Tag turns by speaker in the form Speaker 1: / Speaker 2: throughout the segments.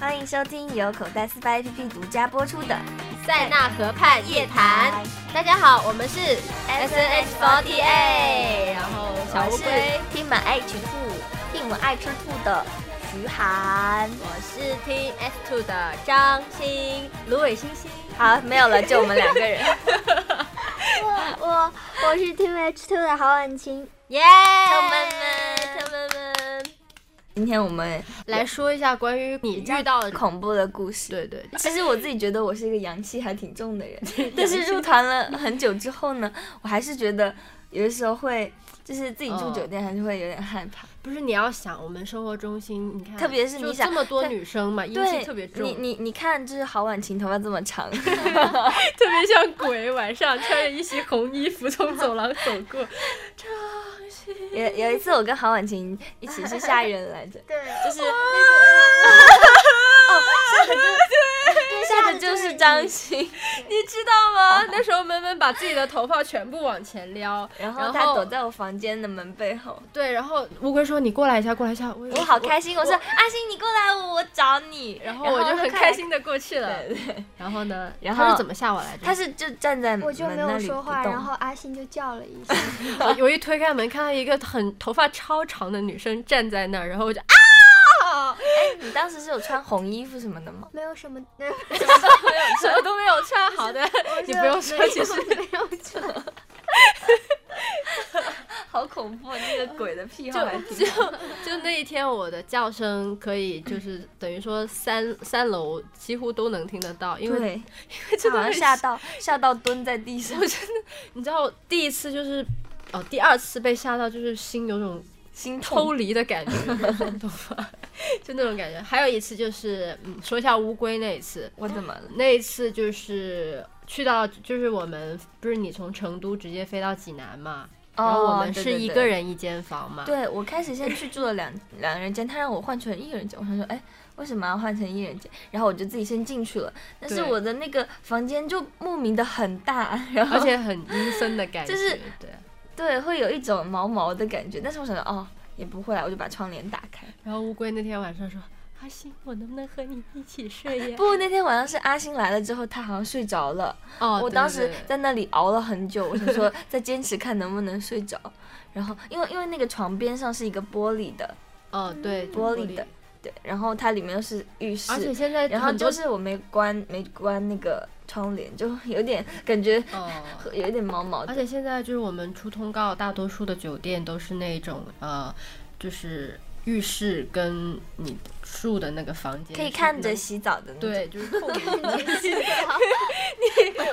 Speaker 1: 欢迎收听由口袋四八 APP 独家播出的
Speaker 2: 《塞纳河畔夜谈》。大家好，我们是 S N H Forty Eight，然后小乌龟，
Speaker 1: 听满爱情兔，听我爱吃兔的徐涵。
Speaker 2: 我是听 S Two 的张欣，芦苇星星。
Speaker 1: 好，没有了，就我们两个人。
Speaker 3: 我我我是 Team H Two 的郝婉晴，
Speaker 2: 耶，
Speaker 1: 小妹妹
Speaker 2: 小妹妹，
Speaker 1: 今天我们
Speaker 2: 来说一下关于你遇到的恐，
Speaker 1: 恐怖的故事。
Speaker 2: 对对，
Speaker 1: 其实我自己觉得我是一个阳气还挺重的人，但是入团了很久之后呢，我还是觉得有的时候会，就是自己住酒店还是会有点害怕。
Speaker 2: 不是你要想，我们生活中心，你看，
Speaker 1: 特别是
Speaker 2: 就
Speaker 1: 你想
Speaker 2: 这么多
Speaker 1: 特
Speaker 2: 女生 嘛，阴
Speaker 1: 对，
Speaker 2: 气特别重，
Speaker 1: 你你你看，就是郝婉晴头发这么长，
Speaker 2: 特别像鬼，晚上穿着一袭红衣服从走廊走过，
Speaker 1: 有有一次我跟郝婉晴一起去吓人来着，
Speaker 3: 对，
Speaker 1: 就是哦吓
Speaker 3: 吓
Speaker 1: 的就是 张欣，
Speaker 2: 你知道 吗？那时候门门把自己的头发全部往前撩，
Speaker 1: 然后
Speaker 2: 然后
Speaker 1: 她躲在我房间的门背后，
Speaker 2: 对，然后乌龟说：“你过来一下，过来一下。我”
Speaker 1: 我好开心，我说阿星你过来，我我找你，
Speaker 2: 然后我就很开。心的嗯过去
Speaker 1: 她
Speaker 2: 了
Speaker 1: 看。对对，
Speaker 2: 然后呢？
Speaker 1: 然
Speaker 2: 他
Speaker 1: 后
Speaker 2: 是怎么吓我来着？
Speaker 1: 他是就站在
Speaker 3: 我就
Speaker 1: 门
Speaker 3: 没
Speaker 1: 那
Speaker 3: 有
Speaker 1: 里
Speaker 3: 说
Speaker 1: 不
Speaker 3: 话，
Speaker 1: 动
Speaker 3: 然后阿信就叫了一声，
Speaker 2: 我我一推开门，看到一个很头发超长的女生站在那儿，然后我就啊，
Speaker 1: 你当时是有穿红衣服什么的吗？
Speaker 3: 没有什么，
Speaker 2: 什么都没有穿，好的，你不用说，其实
Speaker 3: 没有错，
Speaker 1: 好恐怖，那个鬼的癖好还
Speaker 2: 就就就那一天，我的叫声可以就是等于说三三楼几乎都能听得到，因为
Speaker 1: 对，
Speaker 2: 真的
Speaker 1: 好像
Speaker 2: 很
Speaker 1: 吓到吓到蹲在地 上，
Speaker 2: 你知道我第一次就是，哦，第二次被吓到，就是心有种
Speaker 1: 心
Speaker 2: 抽
Speaker 1: 痛。
Speaker 2: 离 的感觉，你懂吗？就那种感觉。还有一次就是，嗯，说一下乌龟那一次，
Speaker 1: 我怎么了？
Speaker 2: 那一次就是去到，就是我们不是你从成都直接飞到济南嘛，然后我们
Speaker 1: 对
Speaker 2: 是
Speaker 1: 对
Speaker 2: 一
Speaker 1: 对
Speaker 2: 个人一间房嘛，
Speaker 1: 哦对我开始先去住了两 两人间，他让我换成一人间，我想说，哎，为什么要换成一人间？然后我就自己先进去了，但是
Speaker 2: 对
Speaker 1: 我的那个房间就莫名的很大，然后
Speaker 2: 而且很阴森的感 觉，
Speaker 1: 就是
Speaker 2: 对。
Speaker 1: 对会有一种毛毛的感觉，但是我想着，哦，也不会啊，我就把窗帘打 开。
Speaker 2: 然后乌龟那天晚上说：“阿星，我能不能和你一起睡呀
Speaker 1: 不，那天晚上是阿星来了之后，他好像睡着了，？”
Speaker 2: 哦，
Speaker 1: 我
Speaker 2: 对
Speaker 1: 当
Speaker 2: 对
Speaker 1: 时
Speaker 2: 对
Speaker 1: 在那里熬了很久，我想 说再坚持看能不能睡着。然后，因为因为那个床边上是一个玻璃的，
Speaker 2: 哦对
Speaker 1: 玻璃的，对，然后它里面又是浴室，
Speaker 2: 而且现在
Speaker 1: 然后
Speaker 2: 很多
Speaker 1: 就是我没关没关那个窗帘，就 有点感觉
Speaker 2: 哦。
Speaker 1: 有点毛毛
Speaker 2: 而
Speaker 1: 的。
Speaker 2: 且现在就是我们出通告，大多数的酒店都是那种呃，就是浴室跟你住的那个房间
Speaker 1: 可以
Speaker 2: 是
Speaker 1: 看着
Speaker 2: 能
Speaker 1: 洗澡的那种，
Speaker 2: 对，就是透明的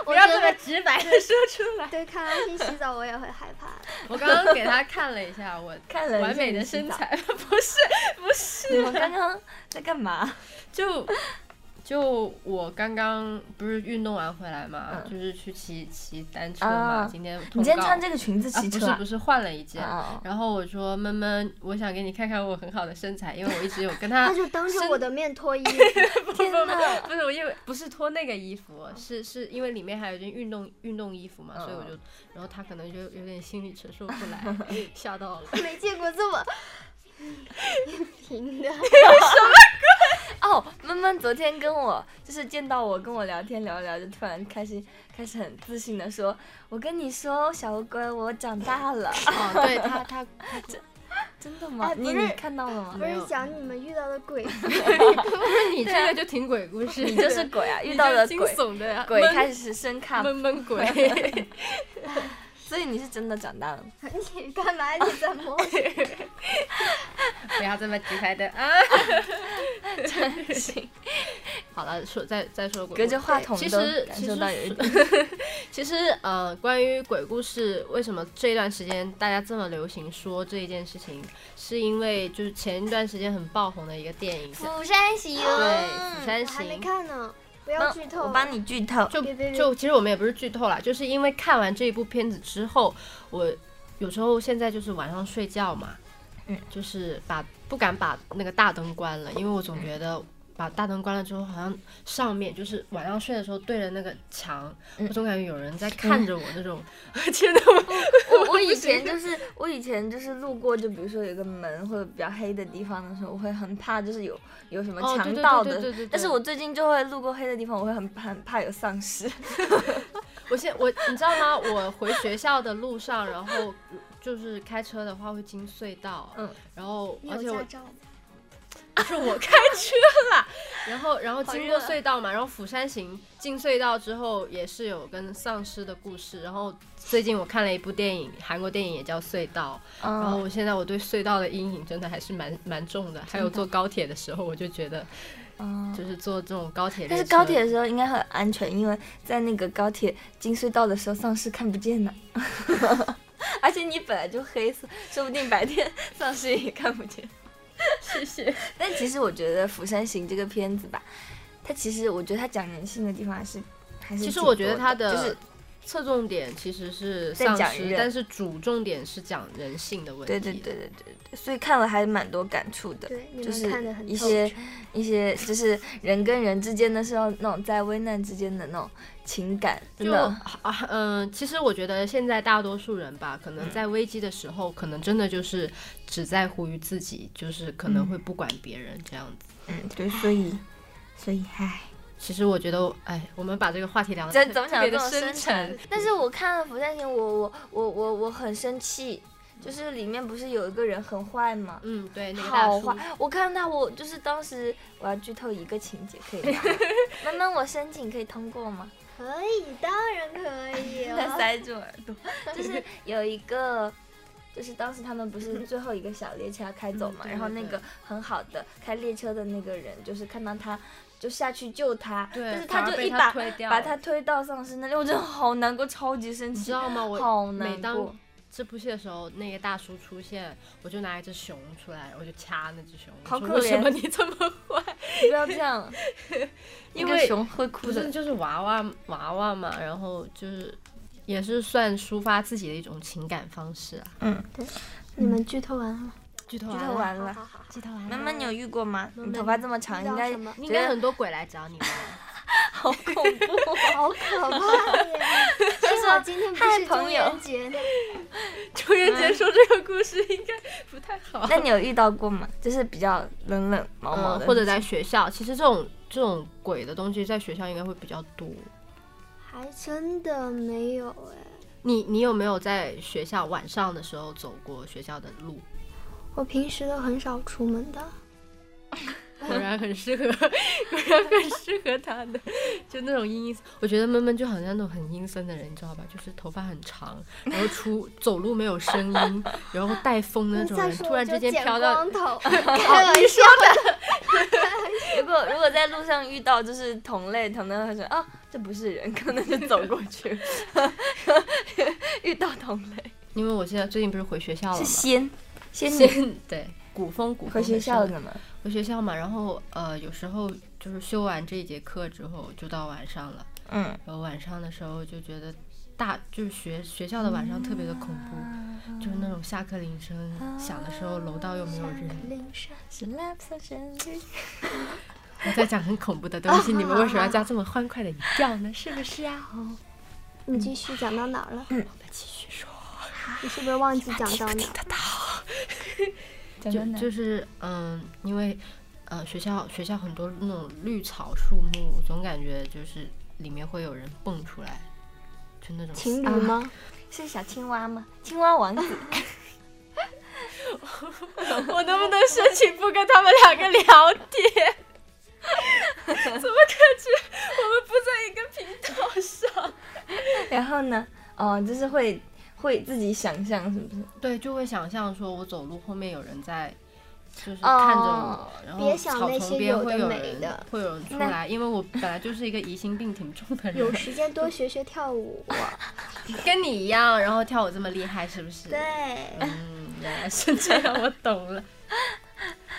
Speaker 3: 我觉得
Speaker 2: 直白的说出来。
Speaker 3: 对看阿信洗澡我也会害怕，
Speaker 2: 我刚刚给他看了一下我
Speaker 1: 看了
Speaker 2: 完美的身。材， 不是不
Speaker 1: 你
Speaker 2: 是，
Speaker 1: 们刚刚在干 嘛？
Speaker 2: 就就我刚刚不是运动完回来嘛，
Speaker 1: 嗯
Speaker 2: 就是去骑骑单车嘛。
Speaker 1: 啊
Speaker 2: 今天
Speaker 1: 你
Speaker 2: 通
Speaker 1: 今天
Speaker 2: 告
Speaker 1: 穿这个裙子
Speaker 2: 啊
Speaker 1: 骑
Speaker 2: 不
Speaker 1: 车
Speaker 2: 是
Speaker 1: 啊
Speaker 2: 不？是换了一件。
Speaker 1: 哦
Speaker 2: 然后我说闷闷，我想给你看看我很好的身材，因为我一直有跟他
Speaker 3: 他就当着
Speaker 2: 身
Speaker 3: 我的面脱衣 服，
Speaker 1: 天哪！哦
Speaker 2: 不是我因为不是脱那个衣服，是是因为里面还有一件运动运动衣服嘛，
Speaker 1: 嗯
Speaker 2: 所以我就，然后他可能就有点心理承受不 来，吓到了。
Speaker 3: 没见过这么 平的，
Speaker 1: 哦， 闷闷昨天跟我就是见到我跟我聊天聊一聊，就突然开始开始很自信的说：“我跟你说，小乌龟，我长大了。”
Speaker 2: 哦，对他 他
Speaker 1: 真的吗？
Speaker 2: 啊
Speaker 3: 哎不
Speaker 1: 你
Speaker 3: 是
Speaker 1: 你看到了吗
Speaker 3: 不？
Speaker 2: 没
Speaker 3: 是
Speaker 2: 有
Speaker 3: 讲你们遇到的 鬼，
Speaker 2: 不是你这个就挺鬼故事，
Speaker 1: 啊你 就是鬼啊！遇到了
Speaker 2: 你就
Speaker 1: 鬼
Speaker 2: 惊，悚 的
Speaker 1: 鬼
Speaker 2: 闷
Speaker 1: 开始是声卡，
Speaker 2: 闷闷鬼。
Speaker 1: 所以你是真的长大了吗。
Speaker 3: 你干嘛？你 在摸我？
Speaker 2: 不要这么直白的啊！
Speaker 1: 行，
Speaker 2: 好了，说再再说鬼故
Speaker 1: 隔
Speaker 2: 事。
Speaker 1: 着话筒
Speaker 2: 其
Speaker 1: 都
Speaker 2: 实
Speaker 1: 感
Speaker 2: 其
Speaker 1: 受
Speaker 2: 实
Speaker 1: 到有一
Speaker 2: 是
Speaker 1: 点。
Speaker 2: 其实，呃，关于鬼故事，为什么这段时间大家这么流行说这一件事情，是因为就是前一段时间很爆红的一个电影，
Speaker 3: 釜山行，
Speaker 2: 对，《釜山
Speaker 3: 我还没
Speaker 2: 行》。
Speaker 3: 看呢，不要
Speaker 1: 那
Speaker 3: 剧透。
Speaker 1: 我帮你剧透，
Speaker 2: 就
Speaker 3: 别别别
Speaker 2: 就其实我们也不是剧透啦，就是因为看完这一部片子之后，我有时候现在就是晚上睡觉嘛，
Speaker 1: 嗯，
Speaker 2: 就是把不敢把那个大灯关了，因为我总觉得。把大灯关了之后，好像上面就是晚上睡的时候对着那个墙，
Speaker 1: 嗯
Speaker 2: 我总感觉有人在看着我那种。天哪，我
Speaker 1: 我我我以前就是我以前就是路过，就比如说有个门或者比较黑的地方的时候，我会很怕，就是有有什么
Speaker 2: 哦对
Speaker 1: 强
Speaker 2: 对
Speaker 1: 盗
Speaker 2: 对
Speaker 1: 的。
Speaker 2: 对对对
Speaker 1: 但是我最近就会路过黑的地方，我会很怕很怕有丧尸。
Speaker 2: 我现我你知道吗？我回学校的路上，然后就是开车的话会经隧道，
Speaker 1: 嗯，
Speaker 2: 然后
Speaker 3: 你
Speaker 2: 而且
Speaker 3: 有驾
Speaker 2: 我
Speaker 3: 照吗？
Speaker 2: 是我开车啦，然后然后
Speaker 1: 好
Speaker 2: 经
Speaker 1: 热
Speaker 2: 过
Speaker 1: 啊
Speaker 2: 隧道嘛，然后釜山行进隧道之后也是有跟丧尸的故事，然后最近我看了一部电影，韩国电影也叫《隧道》，然后
Speaker 1: 嗯，
Speaker 2: 我现在我对隧道的阴影真的还是蛮蛮重的，还有坐高铁的时候，我就觉得
Speaker 1: 嗯
Speaker 2: 就是坐这种高铁列
Speaker 1: 但
Speaker 2: 车，
Speaker 1: 是高铁的时候应该很安全，因为在那个高铁进隧道的时候，丧尸看不见呢。 而且你本来就黑色，说不定白天丧尸也看不见。
Speaker 2: 谢谢。
Speaker 1: 但其实我觉得《釜山行》这个片子吧，它其实我觉得它讲人性的地方还是还是
Speaker 2: 其实
Speaker 1: 挺
Speaker 2: 我觉得
Speaker 1: 多
Speaker 2: 它
Speaker 1: 的
Speaker 2: 的
Speaker 1: 就是
Speaker 2: 侧重点其实是
Speaker 1: 在
Speaker 2: 丧
Speaker 1: 讲
Speaker 2: 尸，
Speaker 1: 人
Speaker 2: 但是主重点是讲人性的问题。
Speaker 1: 对对对对对对，所以看了还蛮多感触的。
Speaker 3: 对，你
Speaker 1: 就是
Speaker 3: 们看的很
Speaker 1: 一
Speaker 3: 透
Speaker 1: 些
Speaker 3: 彻
Speaker 1: 一些就是人跟人之间的是要那种在危难之间的那种情感，真
Speaker 2: 就
Speaker 1: 的
Speaker 2: 啊，嗯、其实我觉得现在大多数人吧，可能在危机的时候，可能真的就是只在乎于自己，就是可能会不管别人这样子。
Speaker 1: 嗯对，所以所以唉，
Speaker 2: 其实我觉得，哎，我们把这个话题聊得
Speaker 1: 这
Speaker 2: 特
Speaker 1: 怎么
Speaker 2: 特
Speaker 1: 想
Speaker 2: 别
Speaker 1: 这
Speaker 2: 的
Speaker 1: 么
Speaker 2: 深
Speaker 1: 深
Speaker 2: 沉
Speaker 1: 沉？？但是我看了《釜山行》，我我我我我很生气，就是里面不是有一个人很坏吗？
Speaker 2: 嗯，对，那个大
Speaker 1: 好
Speaker 2: 叔
Speaker 1: 坏，我看到我就是当时我要剧透一个情节，可 以吗？慢慢我申请可以通过吗？
Speaker 3: 可以，当然 可以
Speaker 1: 他
Speaker 3: 了。
Speaker 1: 塞住耳朵，就是有一个，就是当时他们不是最后一个小列车要开走嘛，
Speaker 2: 嗯对
Speaker 1: 然后
Speaker 2: 对
Speaker 1: 那
Speaker 2: 对
Speaker 1: 个很好的开列车的那个人，就是看到他就下去救他，
Speaker 2: 对，
Speaker 1: 但是
Speaker 2: 反而
Speaker 1: 就
Speaker 2: 被
Speaker 1: 一
Speaker 2: 他
Speaker 1: 把
Speaker 2: 推掉
Speaker 1: 把
Speaker 2: 了
Speaker 1: 他推到丧尸那里，我真的好难过，超级生
Speaker 2: 你知
Speaker 1: 气，
Speaker 2: 道吗？我
Speaker 1: 好
Speaker 2: 每
Speaker 1: 难
Speaker 2: 当
Speaker 1: 过。
Speaker 2: 这部戏的时候，那个大叔出现，我就拿一只熊出来，我就掐那只熊。我
Speaker 1: 好
Speaker 2: 说
Speaker 1: 可
Speaker 2: 为什
Speaker 1: 怜
Speaker 2: 么你这么坏？
Speaker 1: 不要这 样，一
Speaker 2: 因
Speaker 1: 个
Speaker 2: 为
Speaker 1: 熊会哭
Speaker 2: 不是，
Speaker 1: 的。
Speaker 2: 就是娃娃娃娃嘛，然后就是也是算抒发自己的一种情感方式啊。
Speaker 3: 你们剧透完了吗？
Speaker 2: 剧透
Speaker 1: 剧
Speaker 2: 完
Speaker 1: 透
Speaker 2: 了，
Speaker 1: 完了，
Speaker 3: 好好，
Speaker 2: 剧透完了，
Speaker 1: 妈妈，你有遇过吗？
Speaker 2: 妈
Speaker 1: 你
Speaker 2: 妈
Speaker 1: 头发这么长，
Speaker 3: 遇到
Speaker 1: 应该
Speaker 3: 什么
Speaker 2: 应
Speaker 1: 觉
Speaker 2: 该
Speaker 1: 得
Speaker 2: 很多鬼来找你吧？
Speaker 1: 好恐怖。啊
Speaker 3: 好可怕耶！ 幸好今天不
Speaker 1: 嗨
Speaker 3: 是中
Speaker 1: 朋友
Speaker 3: 元节呢。
Speaker 2: 中元节说这个故事应该不太好。
Speaker 1: 嗯那你有遇到过吗？就是比较冷冷毛毛
Speaker 2: 嗯，
Speaker 1: 的，
Speaker 2: 或者在学校，其实这种这种鬼的东西在学校应该会比较多。
Speaker 3: 还真的没有哎，
Speaker 2: 你你有没有在学校晚上的时候走过学校的路？
Speaker 3: 我平时都很少出门的。
Speaker 2: 果然很适合，果然很适合他的，就那种阴阴森。我觉得闷闷就好像那种很阴森的人，你知道吧？就是头发很长，然后出走路没有声音，然后带风的那
Speaker 3: 你
Speaker 2: 种
Speaker 3: 再
Speaker 2: 人，
Speaker 3: 说
Speaker 2: 突然
Speaker 3: 我就
Speaker 2: 之间
Speaker 3: 剪
Speaker 2: 飘到
Speaker 3: 光头， 开玩笑的。
Speaker 1: 如果如果在路上遇到就是同类，可能会说啊，这不是人，可能就走过去。 遇到同类
Speaker 2: 因为我现在最近不是回学校了
Speaker 1: 是
Speaker 2: 嘛，
Speaker 1: 仙仙女
Speaker 2: 先 对古风古风
Speaker 1: 回
Speaker 2: 的
Speaker 1: 学
Speaker 2: 时
Speaker 1: 校
Speaker 2: 候
Speaker 1: 了吗？
Speaker 2: 回学校嘛，然后呃有时候就是修完这一节课之后就到晚上了，
Speaker 1: 嗯，
Speaker 2: 然后晚上的时候就觉得大就是学学校的晚上特别的恐怖。就是那种下课铃声响的时候，楼道又没有人，
Speaker 3: 铃声
Speaker 1: 是
Speaker 2: 啊
Speaker 1: 蜡烛神曲
Speaker 2: 我 在讲很恐怖的东西，你们为什么要加这么欢快的语调呢？是不是啊？
Speaker 3: 你继续讲到哪儿了？
Speaker 2: 我们继续说，
Speaker 3: 你是不是忘记讲到哪儿？
Speaker 1: 讲到
Speaker 2: 就
Speaker 1: 哪？
Speaker 2: 就是嗯，因为呃学校学校很多那种绿草树木，总感觉就是里面会有人蹦出来，就那种
Speaker 3: 情侣吗？
Speaker 1: 是小青蛙吗？青蛙王子，
Speaker 2: 我能不能申请不跟他们两个聊天？ 怎么感觉我们不在一个频道上？
Speaker 1: 然后呢？哦，就是会会自己想象，是不是？
Speaker 2: 对，就会想象说我走路后面有人在，就是
Speaker 1: 哦
Speaker 2: 看着我，然后
Speaker 3: 别想
Speaker 2: 草
Speaker 3: 那
Speaker 2: 丛
Speaker 3: 些
Speaker 2: 边
Speaker 3: 有
Speaker 2: 会
Speaker 3: 的
Speaker 2: 有
Speaker 3: 没
Speaker 2: 人
Speaker 3: 的
Speaker 2: 会有人出
Speaker 1: 那
Speaker 2: 来，因为我本来就是一个疑心病挺重的
Speaker 3: 有
Speaker 2: 人，
Speaker 3: 时间多学学跳舞。
Speaker 2: 跟你一样，然后跳舞这么厉害，是不 是？
Speaker 3: 对，
Speaker 2: 嗯，原来是这样，我懂 了。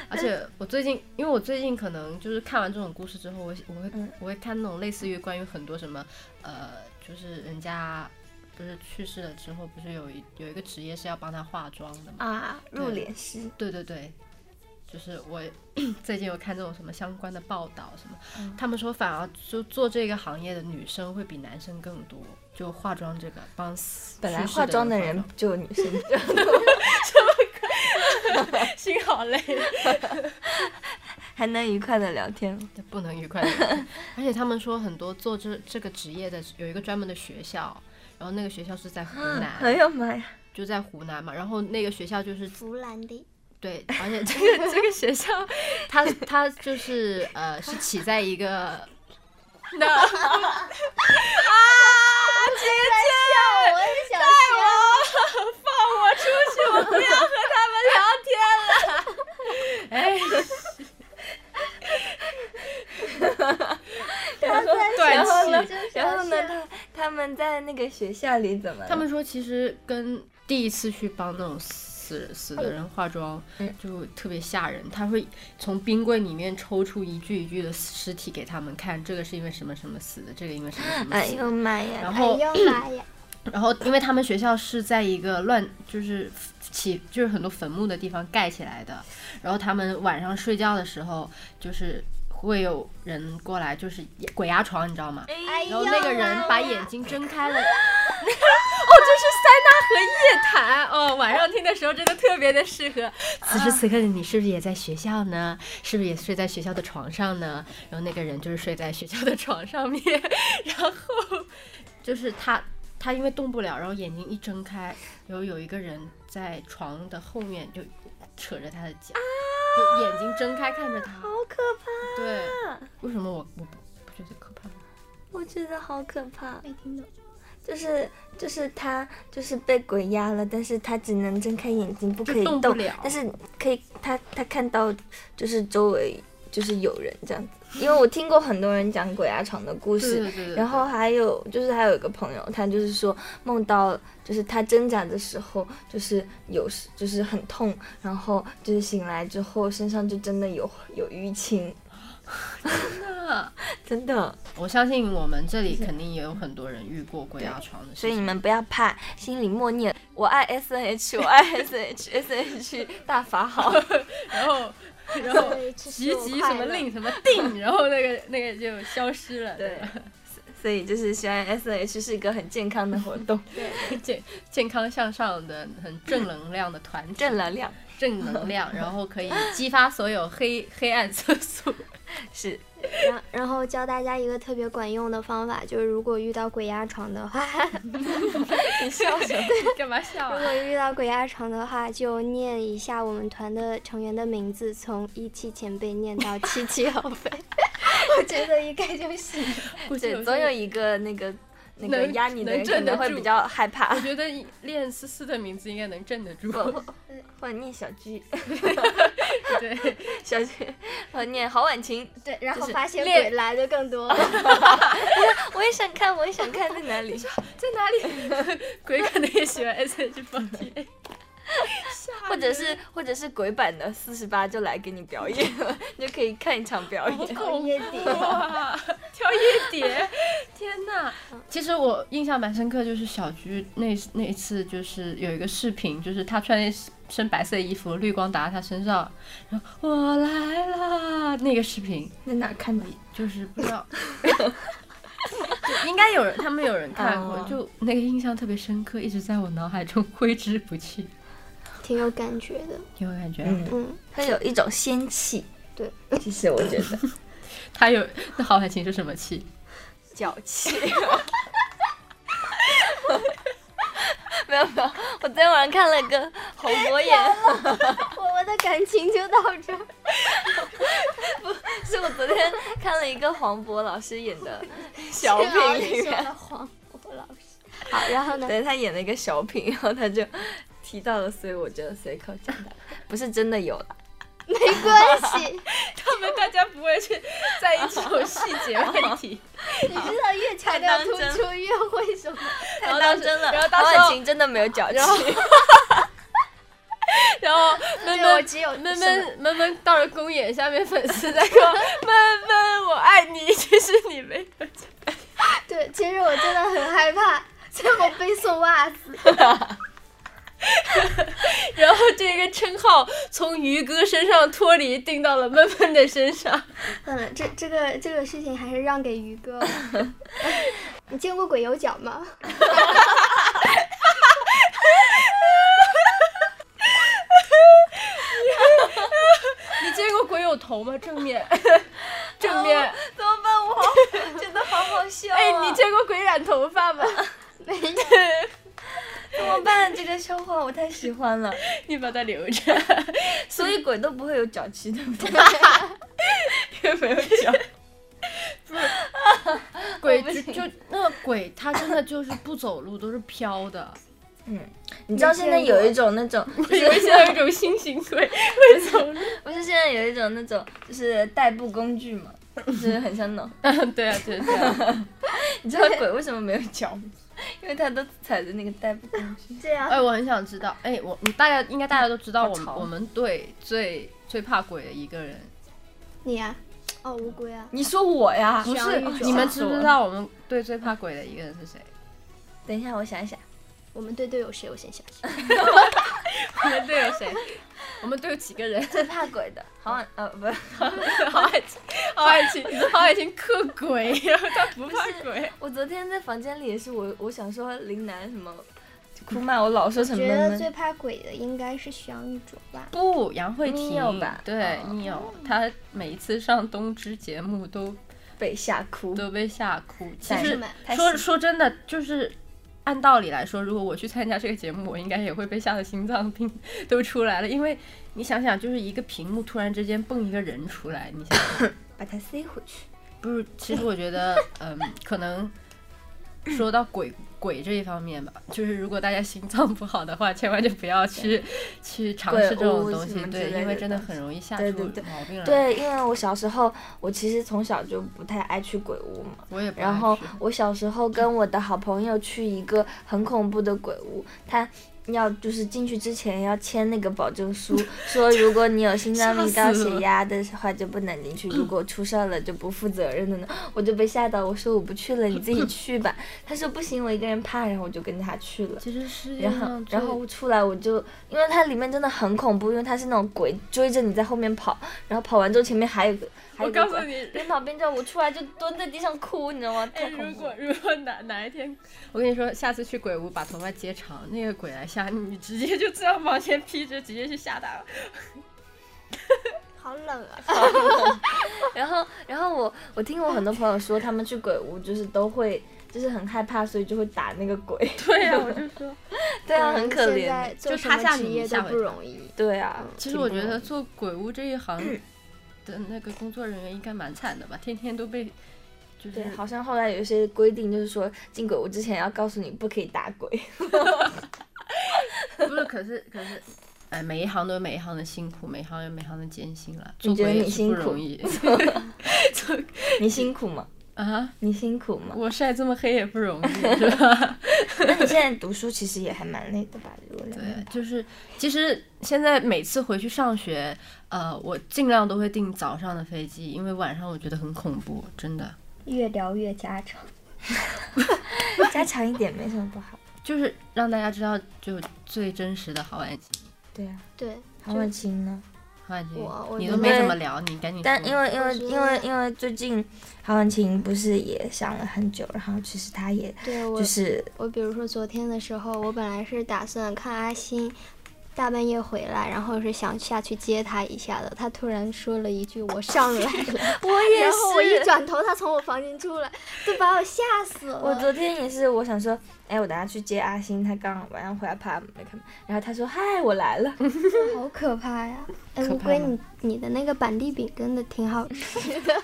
Speaker 2: 而且我最近，因为我最近可能就是看完这种故事之后，我我会、
Speaker 1: 嗯
Speaker 2: 我会看那种类似于关于很多什么，呃，就是人家不是去世了之后，不是有一有一个职业是要帮他化妆的嘛？
Speaker 1: 啊，入
Speaker 2: 对
Speaker 1: 殓师。
Speaker 2: 对对对，就是我 最近有看这种什么相关的报道什么，
Speaker 1: 嗯
Speaker 2: 他们说反而就做这个行业的女生会比男生更多，就化妆这个帮死
Speaker 1: 本来
Speaker 2: 去世
Speaker 1: 化妆的
Speaker 2: 人
Speaker 1: 人
Speaker 2: 化
Speaker 1: 就有女生，
Speaker 2: 妆 心好累，
Speaker 1: 还能愉快的聊天。
Speaker 2: 不能愉快 地而且他们说很多做这这个职业的有一个专门的学校，然后那个学校是在湖
Speaker 1: 哎
Speaker 2: 南，
Speaker 1: 呀妈呀！
Speaker 2: 就在湖南嘛，然后那个学校就是
Speaker 3: 弗兰迪，
Speaker 2: 对，而且这个 这个 学校，
Speaker 1: 啊
Speaker 2: 它它就是呃，是起在一 个那
Speaker 3: 我是小仙，
Speaker 2: 哎，
Speaker 1: 然后
Speaker 2: 短气
Speaker 1: 呢
Speaker 3: 就？是
Speaker 1: 然后
Speaker 3: 小
Speaker 1: 呢？
Speaker 3: 仙
Speaker 1: 他他们在那个学校里怎么了？
Speaker 2: 他们说其实跟第一次去帮那种死死的人化妆
Speaker 1: 嗯，
Speaker 2: 就特别吓人。他会从冰柜里面抽出一具一具的尸体给他们看，这个是因为什么什么死的，这啊个因为什么什么
Speaker 1: 哎
Speaker 2: 死的。
Speaker 1: 呦妈呀！
Speaker 2: 然
Speaker 3: 哎
Speaker 2: 后
Speaker 3: 呦妈呀！
Speaker 2: 然后，因为他们学校是在一个乱，就是起，就是很多坟墓的地方盖起来的。然后他们晚上睡觉的时候，就是会有人过来，就是鬼压床，你知道吗？
Speaker 3: 哎
Speaker 2: 然
Speaker 3: 呦
Speaker 2: 后那个人把
Speaker 3: 妈呀
Speaker 2: 眼睛睁开了。哦， 哦这是塞纳河夜谈哦，晚上听的时候真的特别的适合。啊此时此刻的你是不是也在学校呢？是不是也睡在学校的床上呢？然后那个人就是睡在学校的床上面， 然后就是他他因为动不了，然后眼睛一睁开，然后有一个人在床的后面就扯着他的脚，就眼睛睁开看着他。
Speaker 1: 好可怕！
Speaker 2: 对，为什么我我不不觉得可怕？
Speaker 1: 我觉得好可怕。
Speaker 3: 没听懂，
Speaker 1: 就是就是他就是被鬼压了，但是他只能睁开眼睛，不可以
Speaker 2: 就动不了
Speaker 1: 但是可以他他看到就是周围就是有人这样子，因为我听过很多人讲鬼压床的故事，
Speaker 2: 对对对
Speaker 1: 然后还有就是还有一个朋友，他就是说梦到就是他挣扎的时候，就是有时就是很痛，然后就是醒来之后身上就真的有有淤青，
Speaker 2: 那
Speaker 1: 真的。
Speaker 2: 我相信我们这里肯定也有很多人遇过鬼压床的事
Speaker 1: 所以你
Speaker 2: 情。
Speaker 1: 们不要怕，心里默念我爱 S N H，我爱 S H S H 大法好。
Speaker 2: 然后，然后
Speaker 3: 对这是
Speaker 2: 急
Speaker 3: 我
Speaker 2: 急
Speaker 3: 快
Speaker 2: 什么
Speaker 3: 乐
Speaker 2: 令什么定，然后那个那个就消失了。
Speaker 1: 对， 所以就是喜欢 S N H 是一个很健康的活动，
Speaker 2: 对，健健康向上的、很正能量的团体，
Speaker 1: 正能量
Speaker 2: 正能 量，然后可以激发所有黑 黑暗色素。
Speaker 1: 是
Speaker 3: 然然后教大家一个特别管用的方法，就是如果遇到鬼压床的话，
Speaker 2: 你笑
Speaker 1: 哦
Speaker 2: 什么？ 干嘛笑
Speaker 3: 如
Speaker 2: 啊？
Speaker 3: 果遇到鬼压床的话，就念一下我们团的成员的名字，从一期前辈念到七期后辈，我觉得应该就行。
Speaker 2: 估计
Speaker 1: 对，
Speaker 2: 些
Speaker 1: 总有一个那个那个
Speaker 2: 能
Speaker 1: 压你的
Speaker 2: 能
Speaker 1: 人可
Speaker 2: 镇得
Speaker 1: 能会
Speaker 2: 住
Speaker 1: 比较害 怕
Speaker 2: 我。觉得练思思的名字应该能镇 得住。
Speaker 1: 或或或念小鞠，
Speaker 2: 对，
Speaker 1: 小鞠，或念郝婉晴。
Speaker 3: 对，然
Speaker 1: 就
Speaker 3: 后
Speaker 1: 是
Speaker 3: 发现
Speaker 2: 练
Speaker 3: 鬼来的更多。
Speaker 1: 我也想看，我也想看在哪 里。
Speaker 2: 在哪里？ 鬼可能也喜欢 S H 4 8 8
Speaker 1: 或者是或者是鬼版的四十八就来给你表演了， 你就可以看一场表 演。
Speaker 3: 跳夜蝶，
Speaker 2: 哇，跳夜蝶，天哪！ 其实我印象蛮深刻，就是小菊那那一次，就是有一个视频，就是她穿那身白色衣服，绿光打在她身上，然后我来啦那个视频，
Speaker 1: 在哪看的？
Speaker 2: 就是不知 道。就应该有人，他们有人看过
Speaker 1: 哦
Speaker 2: 就那个印象特别深刻，一直在我脑海中挥之不去，
Speaker 3: 挺有感觉的。
Speaker 2: 有感觉。
Speaker 1: 嗯，
Speaker 3: 嗯，
Speaker 1: 它有一种仙气。
Speaker 3: 对，
Speaker 1: 其实我觉 得
Speaker 2: 他有那郝海琴是什么气？
Speaker 1: 脚气。 没有没有，我昨天晚上看了个侯博演，
Speaker 3: 我们的感情就到这儿。
Speaker 1: 是我昨天看了一个黄渤老师演 的小品里 面，
Speaker 3: 黄渤老师。好，然后呢？
Speaker 1: 对他演了一个小品，然后他就提到了，所以我觉得随口讲的，不是真的有了。
Speaker 3: 没关系，
Speaker 2: 他们大家不会去在意这种细节问题。
Speaker 3: 你知道越强调突
Speaker 1: 太当
Speaker 3: 出越会什么？
Speaker 1: 太当真了，
Speaker 2: 然后当时
Speaker 1: 郝婉晴真的没有脚气，
Speaker 2: 然后闷
Speaker 3: 对我
Speaker 2: 闷
Speaker 3: 只有
Speaker 2: 闷
Speaker 3: 什
Speaker 2: 闷
Speaker 3: 么
Speaker 2: 闷闷到了公演，下面粉丝在 说闷闷我爱你， 其实你没有讲。
Speaker 3: 对，其实我真的很害怕，结果被送袜子。
Speaker 2: 然后这个称号从于哥身上脱离，定到了闷闷的身上。
Speaker 3: 算了，这这个这个事情还是让给于哥吧。你见过鬼油脚吗？
Speaker 2: 你见过鬼有头吗？正 面，正面。
Speaker 1: 怎么办？ 我好觉得好好笑、啊。
Speaker 2: 哎，你见过鬼染头发吗？
Speaker 3: 没有，
Speaker 1: 怎么办？这个笑话我太喜欢 了，
Speaker 2: 你把它留着，
Speaker 1: 所以鬼都不会有脚气， 对不对？
Speaker 2: 也没有脚。鬼
Speaker 1: 我不
Speaker 2: 就
Speaker 1: 行
Speaker 2: 就那个鬼，它真的就是不走路，都是飘的。
Speaker 1: 你知道现在有一种那 种，
Speaker 2: 我以为现 在有一种新型鬼会走路。
Speaker 1: 不是现在有一种那种就是代步工具嘛，就是很像那种。
Speaker 2: 对啊，对啊对啊。
Speaker 1: 你知道鬼为什么没有脚吗？因为它都踩着那个代步工具。
Speaker 3: 这样。
Speaker 2: 哎，我很想知道，哎，我你大家应该大家都知道，我们
Speaker 1: 好吵
Speaker 2: 我们队最最怕鬼的一个人，
Speaker 3: 你呀、哦，乌龟啊，
Speaker 1: 你说我呀？
Speaker 2: 不
Speaker 3: 小
Speaker 2: 是
Speaker 3: 宇宙
Speaker 2: 你们知不知道我们队最怕鬼的一个人是 谁？
Speaker 1: 等一下，我想一想。
Speaker 3: 我们队队友谁？我先想想，
Speaker 2: 我们队有谁？ 我们队有几个人？
Speaker 1: 最怕鬼的，好像呃不，
Speaker 2: 郝海清，郝海 清，郝海清克鬼，然后他不怕鬼。
Speaker 1: 我昨天在房间里也是我，我想说林楠什么哭骂，我老说什么
Speaker 3: 觉
Speaker 1: 闷
Speaker 3: 得
Speaker 1: 闷
Speaker 3: 最怕鬼的应该是徐阳玉竹吧。
Speaker 2: 不，杨慧
Speaker 1: 你
Speaker 2: 婷
Speaker 1: 有吧
Speaker 2: 对
Speaker 1: 哦
Speaker 2: 你有，她每一次上东芝节目都
Speaker 1: 被吓哭。
Speaker 2: 都被吓哭。其
Speaker 1: 但
Speaker 3: 是
Speaker 2: 实
Speaker 3: 吗
Speaker 1: 太
Speaker 2: 说
Speaker 1: 细
Speaker 2: 说真的，就是按道理来说，如果我去参加这个节目，我应该也会被吓得心脏病 都出来了。因为你想想，就是一个屏幕突然之间蹦一个人出来，你想想
Speaker 1: 把它塞回去。
Speaker 2: 不是？其实我觉得，嗯，可能说到鬼鬼这一方面吧，就是如果大家心脏不好的话，千万就不要去去尝
Speaker 1: 鬼
Speaker 2: 试这种
Speaker 1: 屋
Speaker 2: 东
Speaker 1: 什
Speaker 2: 西
Speaker 1: 么，之
Speaker 2: 对，
Speaker 1: 类
Speaker 2: 因为
Speaker 1: 的
Speaker 2: 真的
Speaker 1: 东
Speaker 2: 很容易吓
Speaker 1: 对
Speaker 2: 出
Speaker 1: 对对
Speaker 2: 毛病来。
Speaker 1: 对，因为我小时候，我其实从小就不太爱去鬼屋嘛。
Speaker 2: 我也不
Speaker 1: 然
Speaker 2: 爱
Speaker 1: 后
Speaker 2: 去
Speaker 1: 我小时候跟我的好朋友去一个很恐怖的鬼屋，他要就是进去之前要签那个保证 书，说如果你有心脏病、
Speaker 2: 吓
Speaker 1: 高
Speaker 2: 死了
Speaker 1: 血压的话就不能进去，如果出事儿了就不负责任的呢。我就被吓到，我说我不去了，你自己去吧。他说不行，我一个人怕，然后我就跟着他去了。
Speaker 2: 其实世
Speaker 3: 嗯
Speaker 2: 界
Speaker 1: 然后
Speaker 2: 上，最
Speaker 1: 然后出来我就，因为它里面真的很恐怖，因为它是那种鬼追着你在后面跑，然后跑完之后前面还有个，还有
Speaker 2: 我
Speaker 1: 个
Speaker 2: 告诉
Speaker 1: 鬼，
Speaker 2: 你，
Speaker 1: 边跑边叫，我出来就蹲在地上哭，你知道吗？
Speaker 2: 哎，
Speaker 1: 太恐
Speaker 2: 如
Speaker 1: 怖了
Speaker 2: 果。如果哪哪一天，我跟你说，下次去鬼屋把头发接长，那个鬼来吓你，你直接就这样往前劈着，直接去吓他了。
Speaker 3: 好冷 啊！
Speaker 1: 然后，然后我我听我很多朋友说，他们去鬼屋就是都会。就是很害怕，所以就会打那个鬼。
Speaker 2: 对 呀、我就说，
Speaker 1: 对啊，
Speaker 3: 果然
Speaker 1: 很可
Speaker 3: 现
Speaker 1: 怜
Speaker 3: 在嗯
Speaker 1: 的。
Speaker 3: 做
Speaker 2: 就
Speaker 3: 什
Speaker 2: 他
Speaker 3: 么
Speaker 2: 吓
Speaker 3: 职
Speaker 2: 你
Speaker 3: 业
Speaker 2: 吓
Speaker 3: 都
Speaker 2: 回
Speaker 3: 不
Speaker 2: 去
Speaker 3: 容易。
Speaker 1: 对啊，
Speaker 2: 其实
Speaker 1: 挺
Speaker 2: 我
Speaker 1: 不
Speaker 2: 觉
Speaker 1: 容
Speaker 2: 得
Speaker 1: 易
Speaker 2: 做鬼屋这一行
Speaker 1: 嗯
Speaker 2: 的那个工作人员应该蛮惨的吧，天天都被就是
Speaker 1: 对，好像后来有一些规定，就是说进鬼屋之前要告诉你不可以打鬼。
Speaker 2: 不是，可是可是。哎，每一行都有每一行的辛苦，每一行有每一行的艰辛了。做
Speaker 1: 你觉
Speaker 2: 鬼
Speaker 1: 得
Speaker 2: 也
Speaker 1: 你
Speaker 2: 是不
Speaker 1: 辛苦
Speaker 2: 容易 做
Speaker 1: 你辛苦吗？
Speaker 2: 啊！
Speaker 1: 你辛苦吗？
Speaker 2: 我晒这么黑也不容易，是吧？
Speaker 1: 那你现在读书其实也还蛮累的吧？如果两
Speaker 2: 对啊
Speaker 1: 年，
Speaker 2: 就是其实现在每次回去上学，呃，我尽量都会订早上的飞机，因为晚上我觉得很恐怖，真的。
Speaker 3: 越聊越家常。
Speaker 1: 加强一点没什么不好。
Speaker 2: 就是让大家知道，就最真实的郝婉晴，
Speaker 1: 对啊，
Speaker 3: 对，
Speaker 1: 韩婉晴呢？
Speaker 2: 郝婉
Speaker 3: 我
Speaker 2: 晴，
Speaker 3: 我
Speaker 2: 你
Speaker 3: 觉
Speaker 2: 都没
Speaker 1: 得
Speaker 2: 怎么聊，你赶紧说。
Speaker 1: 但因为因为
Speaker 3: 我觉得
Speaker 1: 因为因为最近韩婉晴不是也想了很久，然后其实她也
Speaker 3: 对我
Speaker 1: 就是
Speaker 3: 我比如说昨天的时候，我本来是打算看阿星大半夜回来，然后是想下去接他一下的，他突然说了一句“我上来了
Speaker 1: 我”，也
Speaker 3: 然 后我一转头，他从我房间出来，就把我吓死了。
Speaker 1: 我昨天也是，我想说，哎，我等下去接阿星，她刚晚上回来怕没看，然后她说嗨，我来 了，
Speaker 3: 好可怕呀！哎，
Speaker 2: 可
Speaker 3: 乌
Speaker 2: 怕
Speaker 3: 龟，
Speaker 2: 吗
Speaker 3: 你你的那个板栗饼真的挺好吃的。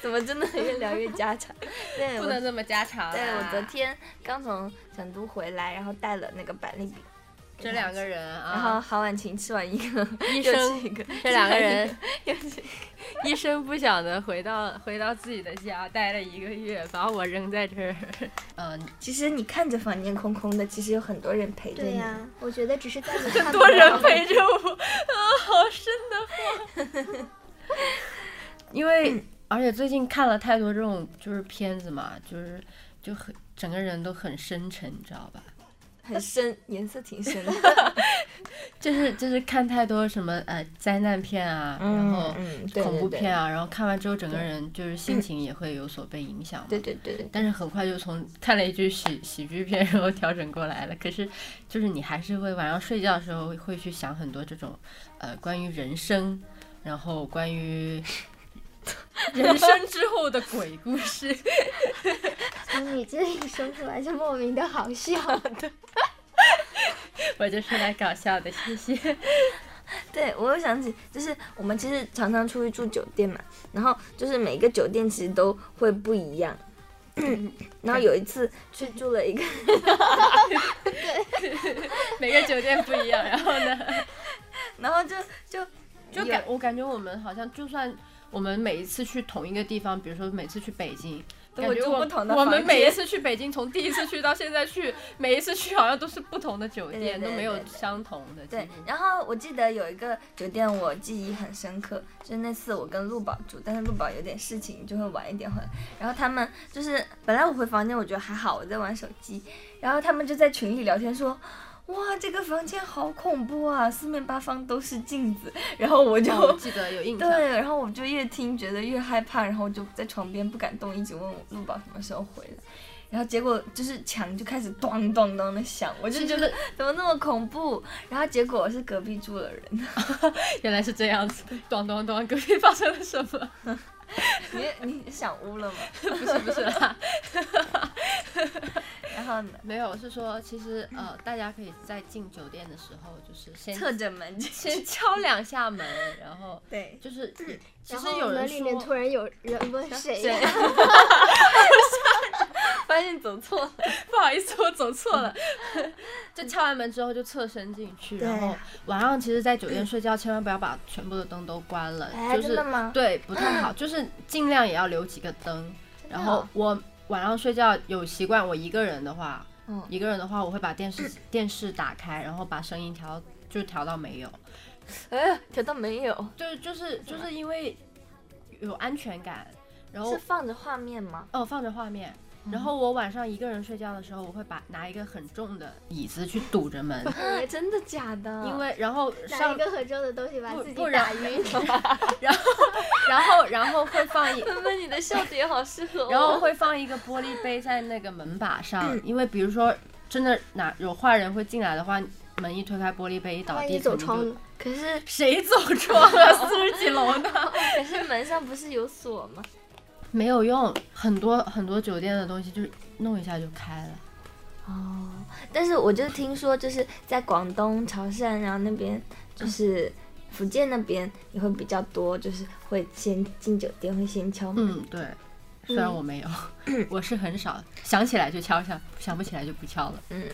Speaker 1: 怎么真的越聊越家常？ 对，
Speaker 2: 不
Speaker 1: 我
Speaker 2: 能这么家常、啊。
Speaker 1: 对我昨天刚从成都回来，这两个人啊然后带了那个板栗饼，
Speaker 2: 这两个人
Speaker 1: 然后
Speaker 2: 啊，
Speaker 1: 韩婉晴吃完一个，
Speaker 2: 医
Speaker 1: 又
Speaker 2: 生
Speaker 1: 吃一个，
Speaker 2: 这两个人 一声不响的回到回到自己的家，待了一个月，把我扔在这儿。嗯，
Speaker 1: 其实你看着房间空空的，其实有很多人陪着
Speaker 3: 对
Speaker 1: 你。
Speaker 3: 呀、我觉得只是在 你看 不
Speaker 2: 多人
Speaker 3: 到
Speaker 2: 陪着我，啊，好深的话。因
Speaker 1: 嗯
Speaker 2: 为而且最近看了太多这种就是片子嘛，就是就很整个人都很深沉，你知道吧？
Speaker 1: 很深，颜色挺深的。
Speaker 2: 就是就是看太多什么呃灾难片啊，然后
Speaker 1: 嗯，对
Speaker 2: 恐怖片
Speaker 1: 啊，
Speaker 2: 啊，然后看完之后整个 人就是心情也会有所被影响嘛。
Speaker 1: 对对对对
Speaker 2: 但是很快就从看了一句喜喜剧片，然后调整过来了。可是，就是你还是会晚上睡觉的时候会会去想很多这种，呃，关于人生，然后 关于人生之后的鬼故事。
Speaker 3: 从你这里说出来就莫名的好 笑。
Speaker 2: 我就是来搞笑的，谢谢。
Speaker 1: 对，我又想起，就是我们其实常常出去住酒店嘛，然后就是每个酒店其实都会不一样。 然后有一次去住了一个，
Speaker 2: 每个酒店不一样，然后呢，
Speaker 1: 然后就就
Speaker 2: 就感我感觉我们好像就算我们每一次去同一个地方，比如说每次去北京。
Speaker 1: 都
Speaker 2: 感
Speaker 1: 会
Speaker 2: 觉
Speaker 1: 住
Speaker 2: 我
Speaker 1: 不同的
Speaker 2: 我
Speaker 1: 房
Speaker 2: 们每一
Speaker 1: 间
Speaker 2: 次去北京，从第一次去到现在去， 每一次去好像都是不同的酒
Speaker 1: 对
Speaker 2: 店，
Speaker 1: 对
Speaker 2: 都没
Speaker 1: 对
Speaker 2: 有
Speaker 1: 对
Speaker 2: 相同的。
Speaker 1: 对
Speaker 2: 几乎，
Speaker 1: 然后我记得有一个酒店我记忆很深刻，就是那次我跟陆宝住，但是陆宝有点事情就会晚一点回来。然后他们就是本来我回房间我觉得还好，我在玩手机，然后他们就在群里聊天说。哇，这个房间好恐怖啊！四面八方都是镜子， 然后我就、
Speaker 2: 哦我记得有印象。
Speaker 1: 对，然后我就越听觉得越害怕，然后就在床边不敢动，一直问我陆宝什么时候回来。然后结果就是墙就开始咚咚咚的响，我就
Speaker 2: 其
Speaker 1: 觉
Speaker 2: 实
Speaker 1: 得怎么那么恐怖？然后结果是隔壁住了人，
Speaker 2: 原来是这样子，咚咚咚，隔壁发生了什么？
Speaker 1: 你你想污了吗？
Speaker 2: 不是不是啦，
Speaker 1: 然后呢，
Speaker 2: 没有，是说其实呃，大家可以在进酒店的时候，就是先
Speaker 1: 侧着门进
Speaker 2: 先
Speaker 1: 去。
Speaker 2: 敲两下门，然后
Speaker 1: 对，
Speaker 2: 就是其
Speaker 3: 然
Speaker 2: 实
Speaker 3: 后
Speaker 2: 有
Speaker 3: 门
Speaker 2: 人
Speaker 3: 里面突
Speaker 2: 说，
Speaker 3: 然有人问谁 呀、
Speaker 1: 发现走错了。
Speaker 2: 不好意思，我走错了， 就敲完门之后就侧身进去，
Speaker 1: 对
Speaker 2: 然后晚上其实，在酒店睡觉千万不要把全部的灯都关了，
Speaker 1: 哎
Speaker 2: 就是
Speaker 1: 真的吗
Speaker 2: 对不太好，就是尽量也要留几个灯，然后我晚上睡觉有习惯，我一个人的话，
Speaker 1: 嗯
Speaker 2: 一个人的话，我会把电视、电视打开，然后把声音调就调到没有，
Speaker 1: 哎，调到没有，
Speaker 2: 对，就是就是因为有安全感，然后
Speaker 1: 是放着画面吗？
Speaker 2: 哦放着画面。然
Speaker 3: 嗯
Speaker 2: 后我晚上一个人睡觉的时候，我会把拿一个很重的椅子去堵着门，
Speaker 1: 哎真的假的？
Speaker 2: 因为然后
Speaker 3: 嗯拿
Speaker 2: 上
Speaker 3: 呃一个盒装的东西把
Speaker 2: 不
Speaker 3: 自己
Speaker 2: 不
Speaker 3: 打
Speaker 2: 然
Speaker 3: 晕。
Speaker 2: 然后然后然后会放 一
Speaker 1: 芬芬，你的笑点好适合我。
Speaker 2: 然后会放一个玻璃杯在那个门把上，
Speaker 3: 嗯
Speaker 2: 因为比如说真的哪有坏人会进来的话，门一推开，玻璃杯一倒
Speaker 3: 万
Speaker 2: 啊地，
Speaker 3: 一走
Speaker 2: 肯定就
Speaker 3: 窗呢？
Speaker 1: 可是
Speaker 2: 谁走窗啊？四十几楼呢？
Speaker 1: 可是门上不是有锁吗？
Speaker 2: 没有用，很多很多酒店的东西就是弄一下就开了。
Speaker 1: 哦，但是我就听说，就是在广东潮汕，然后那边就是福建那边也会比较多，就是会先进酒店会先敲门。
Speaker 2: 嗯，对。虽然我没有， 我是很少想起来就敲，想想不起来就不敲了。
Speaker 1: 嗯，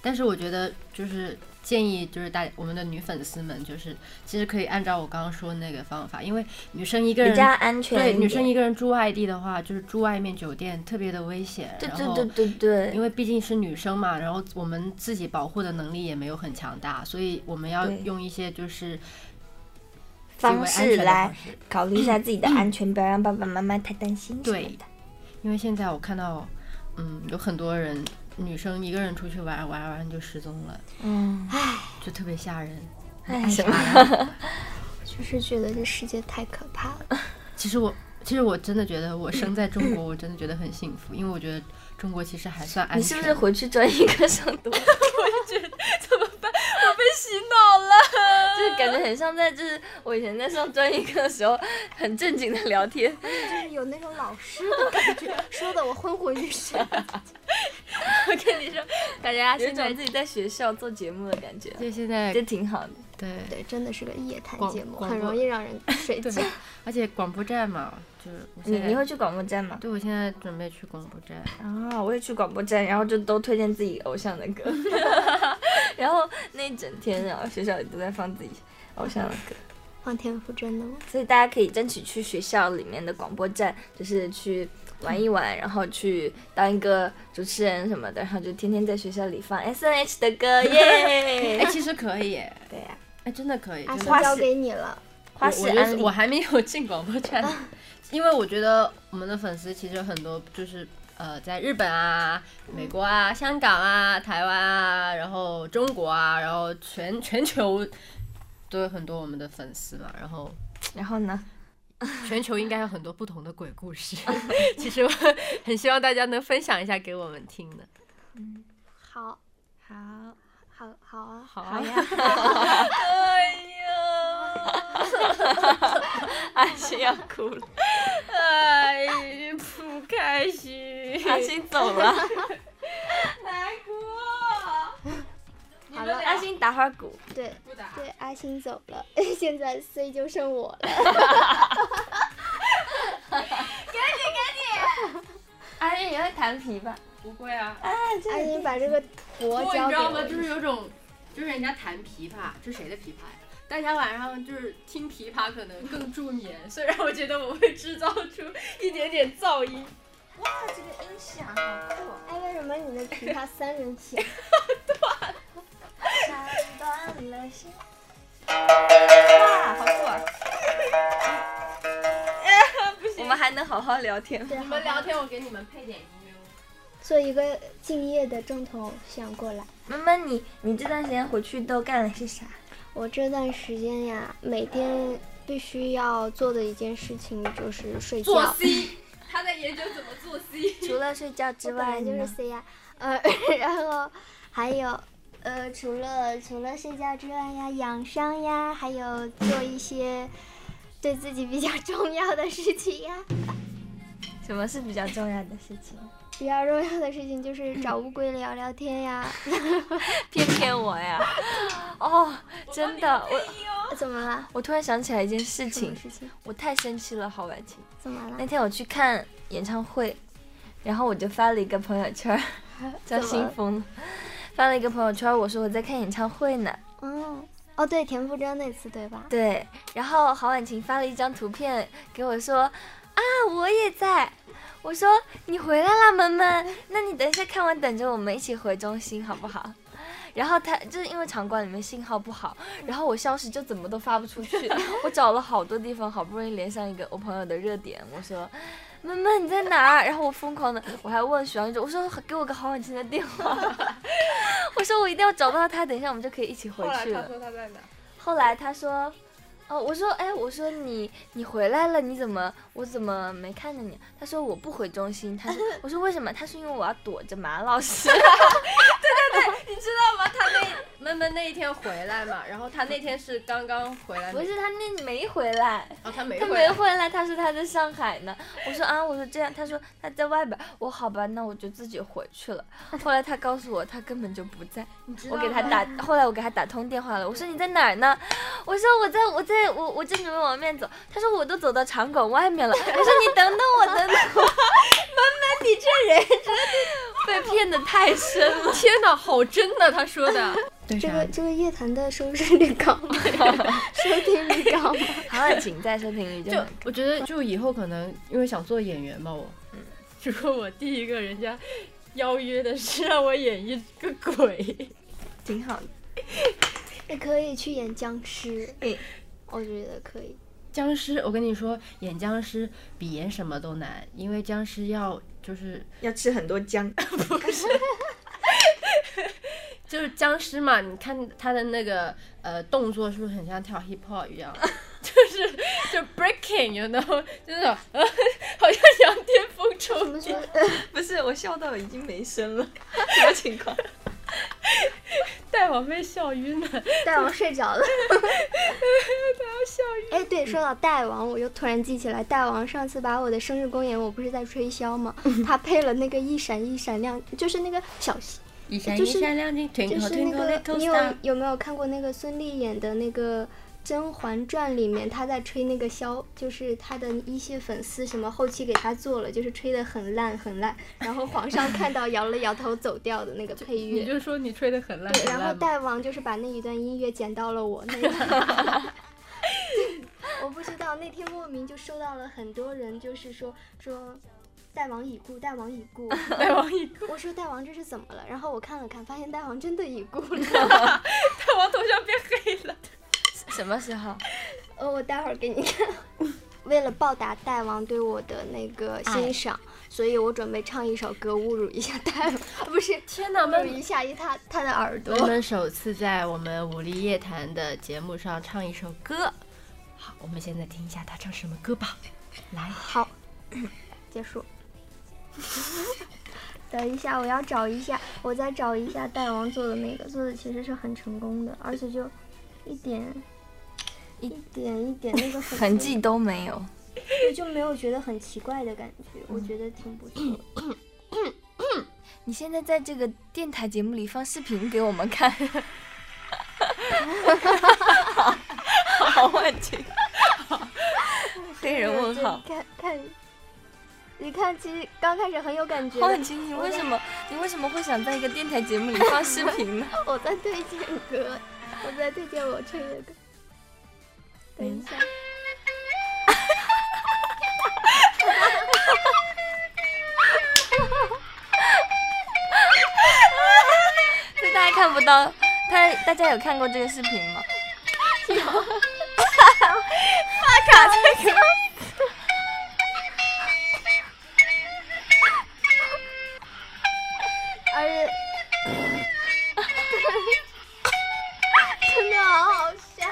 Speaker 2: 但是我觉得就是建议就是大我们的女粉丝们，就是其实可以按照我刚刚说的那个方法，因为女生一个人
Speaker 1: 比较安全一
Speaker 2: 对，
Speaker 1: 点。
Speaker 2: 女生一个人住外地的话，就是住外面酒店特别的危险。
Speaker 1: 对
Speaker 2: 然
Speaker 1: 对
Speaker 2: 后
Speaker 1: 对对对
Speaker 2: 因为毕竟是女生嘛，然后我们自己保护的能力也没有很强大，所以我们要
Speaker 1: 对
Speaker 2: 用一些就是最为
Speaker 1: 方
Speaker 2: 安
Speaker 1: 式
Speaker 2: 全的
Speaker 1: 来
Speaker 2: 方式。
Speaker 1: 考虑一下自己的安全，不要让爸爸妈妈太担心什么
Speaker 2: 对
Speaker 1: 的。
Speaker 2: 因为现在我看到，嗯，有很多人女生一个人出去玩玩玩就失踪了，
Speaker 1: 嗯，
Speaker 2: 就特别吓人。
Speaker 1: 哎
Speaker 2: 爱
Speaker 1: 什
Speaker 2: 啥
Speaker 1: 么？
Speaker 2: 呀？
Speaker 3: 就是觉得这世界太可怕了。
Speaker 2: 其实我。其实我真的觉得，我生在中国，我真的觉得很幸福，因为我觉得中国其实还算安
Speaker 1: 你
Speaker 2: 全。
Speaker 1: 是不是回去专一课上 读？
Speaker 2: 怎么办？我被洗脑了。
Speaker 1: 就是感觉很像在，就是我以前在上专一课的时候，很正经的聊天。
Speaker 3: 就是有那种老师的感觉，说的我昏昏欲睡。
Speaker 1: 我 跟你说，
Speaker 2: 大家
Speaker 1: 有一
Speaker 2: 现在
Speaker 1: 种自己在学校做节目的感觉，
Speaker 2: 就现在
Speaker 1: 这挺好的。
Speaker 2: 对，
Speaker 3: 对，真的是个夜谈
Speaker 2: 广
Speaker 3: 节目，
Speaker 2: 广
Speaker 3: 很
Speaker 2: 播
Speaker 3: 容易让人睡觉。
Speaker 2: 而且广播站嘛，就是我
Speaker 1: 你
Speaker 2: 现在
Speaker 1: 你会去广播站吗？
Speaker 2: 对我现在准备去广播站，
Speaker 1: 啊，我也去广播站，然后就都推荐自己偶像的 歌，然后那一整天，然后学校里都在放自己偶像的歌，
Speaker 3: 望天福真的吗？
Speaker 1: 所以大家可以争取去学校里面的广播站，就是去玩一玩，然后去当一个主持人什么的，然后就天天在学校里放 S N H 的歌，
Speaker 2: 哎，
Speaker 1: 耶！
Speaker 2: 其实可以耶，
Speaker 1: 对呀、
Speaker 2: 哎，真的可以，
Speaker 3: 阿
Speaker 2: 真
Speaker 3: 是
Speaker 2: 的。
Speaker 1: 啊花
Speaker 3: 交
Speaker 1: 式
Speaker 3: 给你了，
Speaker 1: 花
Speaker 2: 我
Speaker 1: 式
Speaker 2: 我就
Speaker 1: 安
Speaker 2: 是
Speaker 1: 利
Speaker 3: 嗯
Speaker 2: 我还没有进广播站，因为我觉得我们的粉丝其实很多就是呃，在日本啊、
Speaker 3: 嗯
Speaker 2: 美国啊、香港啊、台湾啊，然后中国啊，然后全全球都有很多我们的粉丝嘛，然后
Speaker 1: 然后呢？
Speaker 2: 全球应该有很多不同的鬼故 事，其实我很希望大家能分享一下给我们听的。
Speaker 3: 好，
Speaker 1: 好，
Speaker 3: 好，好啊，
Speaker 2: 好
Speaker 3: 好
Speaker 2: 啊，
Speaker 3: 呀，
Speaker 2: 哎呀，
Speaker 1: 阿星要哭了，
Speaker 2: 哎，不开心，
Speaker 1: 阿星走了，
Speaker 2: 难过。
Speaker 3: 好了
Speaker 1: 阿星打会儿鼓，
Speaker 3: 对
Speaker 2: 不打
Speaker 3: 对，阿星走了， 现在 C 就剩我了。
Speaker 1: 阿星也会弹琵琶，
Speaker 2: 不会啊。
Speaker 3: 阿星把这个活
Speaker 2: 不，
Speaker 3: 交
Speaker 2: 你知
Speaker 3: 给
Speaker 2: 道吗？
Speaker 3: 我，
Speaker 2: 就是有种，就是人家弹琵琶，这谁的琵琶呀？大家晚上就是听琵琶可能更助眠，虽然我觉得我会制造出一点点噪音。
Speaker 1: 哇，这个音响好酷、哦。
Speaker 3: 哎，为什么你的琵琶三人响？
Speaker 1: 斩断了线。哇，好酷啊！
Speaker 2: 哎
Speaker 1: 我们还能好好聊天。
Speaker 3: 对，
Speaker 2: 你们聊天，我给你们配点音乐。哦
Speaker 3: 做一个敬业的正统偶像过来。
Speaker 1: 闷闷，你你这段时间回去都干了些啥？
Speaker 3: 我这段时间呀，每天必须要做的一件事情就是睡觉。
Speaker 2: 做 C，他在研究怎么做 C。
Speaker 1: 除了睡觉之
Speaker 3: 我本
Speaker 1: 外
Speaker 3: 来就
Speaker 1: 呢
Speaker 3: 是 C 呀、呃， 然后还有呃，除了除了睡觉之外呀，养伤呀，还有做一些对自己比较重要的事情呀。
Speaker 1: 什么是比较重要的事情？
Speaker 3: 比较重要的事情就是 找乌龟聊聊天呀。
Speaker 1: 骗骗我呀！ 哦，真的，我
Speaker 3: 怎么了？
Speaker 1: 我突然想起来一件事
Speaker 3: 什么
Speaker 1: 情，
Speaker 3: 事情？
Speaker 1: 我太生气了，好婉晴。
Speaker 3: 怎么了
Speaker 1: 那？天我去看演唱会，然后我就发了一个朋友圈儿， 叫
Speaker 3: 怎么
Speaker 1: 新
Speaker 3: 了
Speaker 1: 风，发了一个朋友圈儿，我说我在看演唱会呢。
Speaker 3: 嗯，哦，对，田馥甄那次对吧？
Speaker 1: 对，然后郝婉晴发了一张图片给我说，啊，我也在。我说你回来啦，萌萌，那你等一下看完，等着我们一起回中心好不好？然后他就是因为场馆里面信号不好，然后我消息就怎么都发不出去，我找了好多地方，好不容易连上一个我朋友的热点，我说。萌萌你在哪儿？然后我疯狂的，我还问徐安哲，我说给我个郝婉晴的电话， 我说我一定要找到他，等一下我们就可以一起回去了。
Speaker 2: 他在哪？
Speaker 1: 后来他说，哦，我说，哎，我说你你回来了，你怎么我怎么没看见你？他说我不回中心， 他说我说为什么？他说因为我要躲着马老师。
Speaker 2: 你知道吗？他那闷闷那一天回来嘛，然后他那天是刚刚回来，
Speaker 1: 不是他那没回来，
Speaker 2: 哦，他没
Speaker 1: 他
Speaker 2: 回
Speaker 1: 没
Speaker 2: 来。
Speaker 1: 回来，他说他在上海呢。我说啊，我说这样，他说他在外边。我好吧，那我就自己回去了。后来他告诉我他根本就不在，
Speaker 2: 你知
Speaker 1: 我
Speaker 2: 道吗
Speaker 1: 给他打，后来我给他打通电话了，我说你在哪儿呢？我说我在我在我我正准备往外面走，他说我都走到场馆外面了，我说你等等我，等等我，妈妈你这人真的 被骗的太深了，
Speaker 2: 天哪，好真的，他说 的。对
Speaker 3: 这
Speaker 1: 啊
Speaker 3: 个这个乐团的收视率高吗？ 收听率高吗？
Speaker 1: 好很情在收听率就
Speaker 2: 就我觉得，就以后可能因为想做演员嘛，我，如果我第一个人家邀约的是让我演一个鬼，
Speaker 1: 挺好的。
Speaker 3: 你可以去演僵尸，
Speaker 1: 哎
Speaker 3: 我觉得可以。
Speaker 2: 僵尸，我跟你说，演僵尸比演什么都难，因为僵尸要就是
Speaker 1: 要吃很多姜，
Speaker 2: 就是僵尸嘛，你看他的那个呃动作是不是很像跳 hip hop 一样？就是就 breaking，you know，就是 那种、呃、好像羊癫疯
Speaker 3: 我
Speaker 2: 虫
Speaker 3: 们说
Speaker 1: 不是我笑到已经没声了，什么情况？
Speaker 2: 带我被笑晕了，
Speaker 3: 大王睡着了。
Speaker 2: 笑
Speaker 3: 哎，对，说到大王，我又突然记起来，大王上次把我的生日公演，我不是在吹箫吗？他配了那个一闪一闪亮，就是那个小星，
Speaker 2: 晕。一闪
Speaker 3: 就
Speaker 2: 一
Speaker 3: 是
Speaker 2: 闪亮晶
Speaker 3: 就
Speaker 2: ，twinkle
Speaker 3: 是那
Speaker 2: twinkle
Speaker 3: 个
Speaker 2: little
Speaker 3: 你有
Speaker 2: star。
Speaker 3: 有没有看过那个孙俪演的那个？《甄嬛传》里面他在吹那个箫，就是他的一些粉丝什么后期给他做了，就是吹得很烂很烂，然后皇上看到摇了摇头走掉的那个配乐。
Speaker 2: 你就说你吹得很烂，
Speaker 3: 对，
Speaker 2: 很
Speaker 3: 然后
Speaker 2: 烂吗
Speaker 3: 大王就是把那一段音乐剪到了我那里。 我不知道那天莫名就收到了很多人，就是说说大王已故，大王已故。
Speaker 2: 大王已故，
Speaker 3: 我说大王这是怎么了？然后我看了看，发现大王真的已故了。
Speaker 2: 大王头像变黑了。
Speaker 1: 什么时候？ 哎
Speaker 3: 呃，我待会儿给你看。为了报答大王对我的那个欣赏，所以我准备唱一首歌侮辱一下他， 不是
Speaker 2: 天哪，
Speaker 3: 侮
Speaker 2: 闷
Speaker 3: 辱一下一他他的耳朵。
Speaker 2: 我们首次在我们武力夜谈的节目上唱一首歌。好，我们现在听一下他唱什么歌吧。 来，
Speaker 3: 好，结束。等一下，我要找一下，我再找一下大王做的那个，做的其实是很成功的，而且就一点一点一点那个
Speaker 1: 痕迹，都没有。
Speaker 3: 对就没有觉得很奇怪的感觉，我觉得挺不错的。
Speaker 1: 你现在在这个电台节目里放视频给我们看，好问 题，黑人问号
Speaker 3: 就。看看，你看，其实刚开始很有感觉
Speaker 1: 黄
Speaker 3: 的，
Speaker 1: 婉晴，你为什么 你为什么会想在一个电台节 目里放视频呢？
Speaker 3: 我在推荐歌，我在推荐我吹的歌。等一下。
Speaker 1: 所以大家看不到，他大家有看过这个视频吗？
Speaker 3: 而且， 真的好好笑，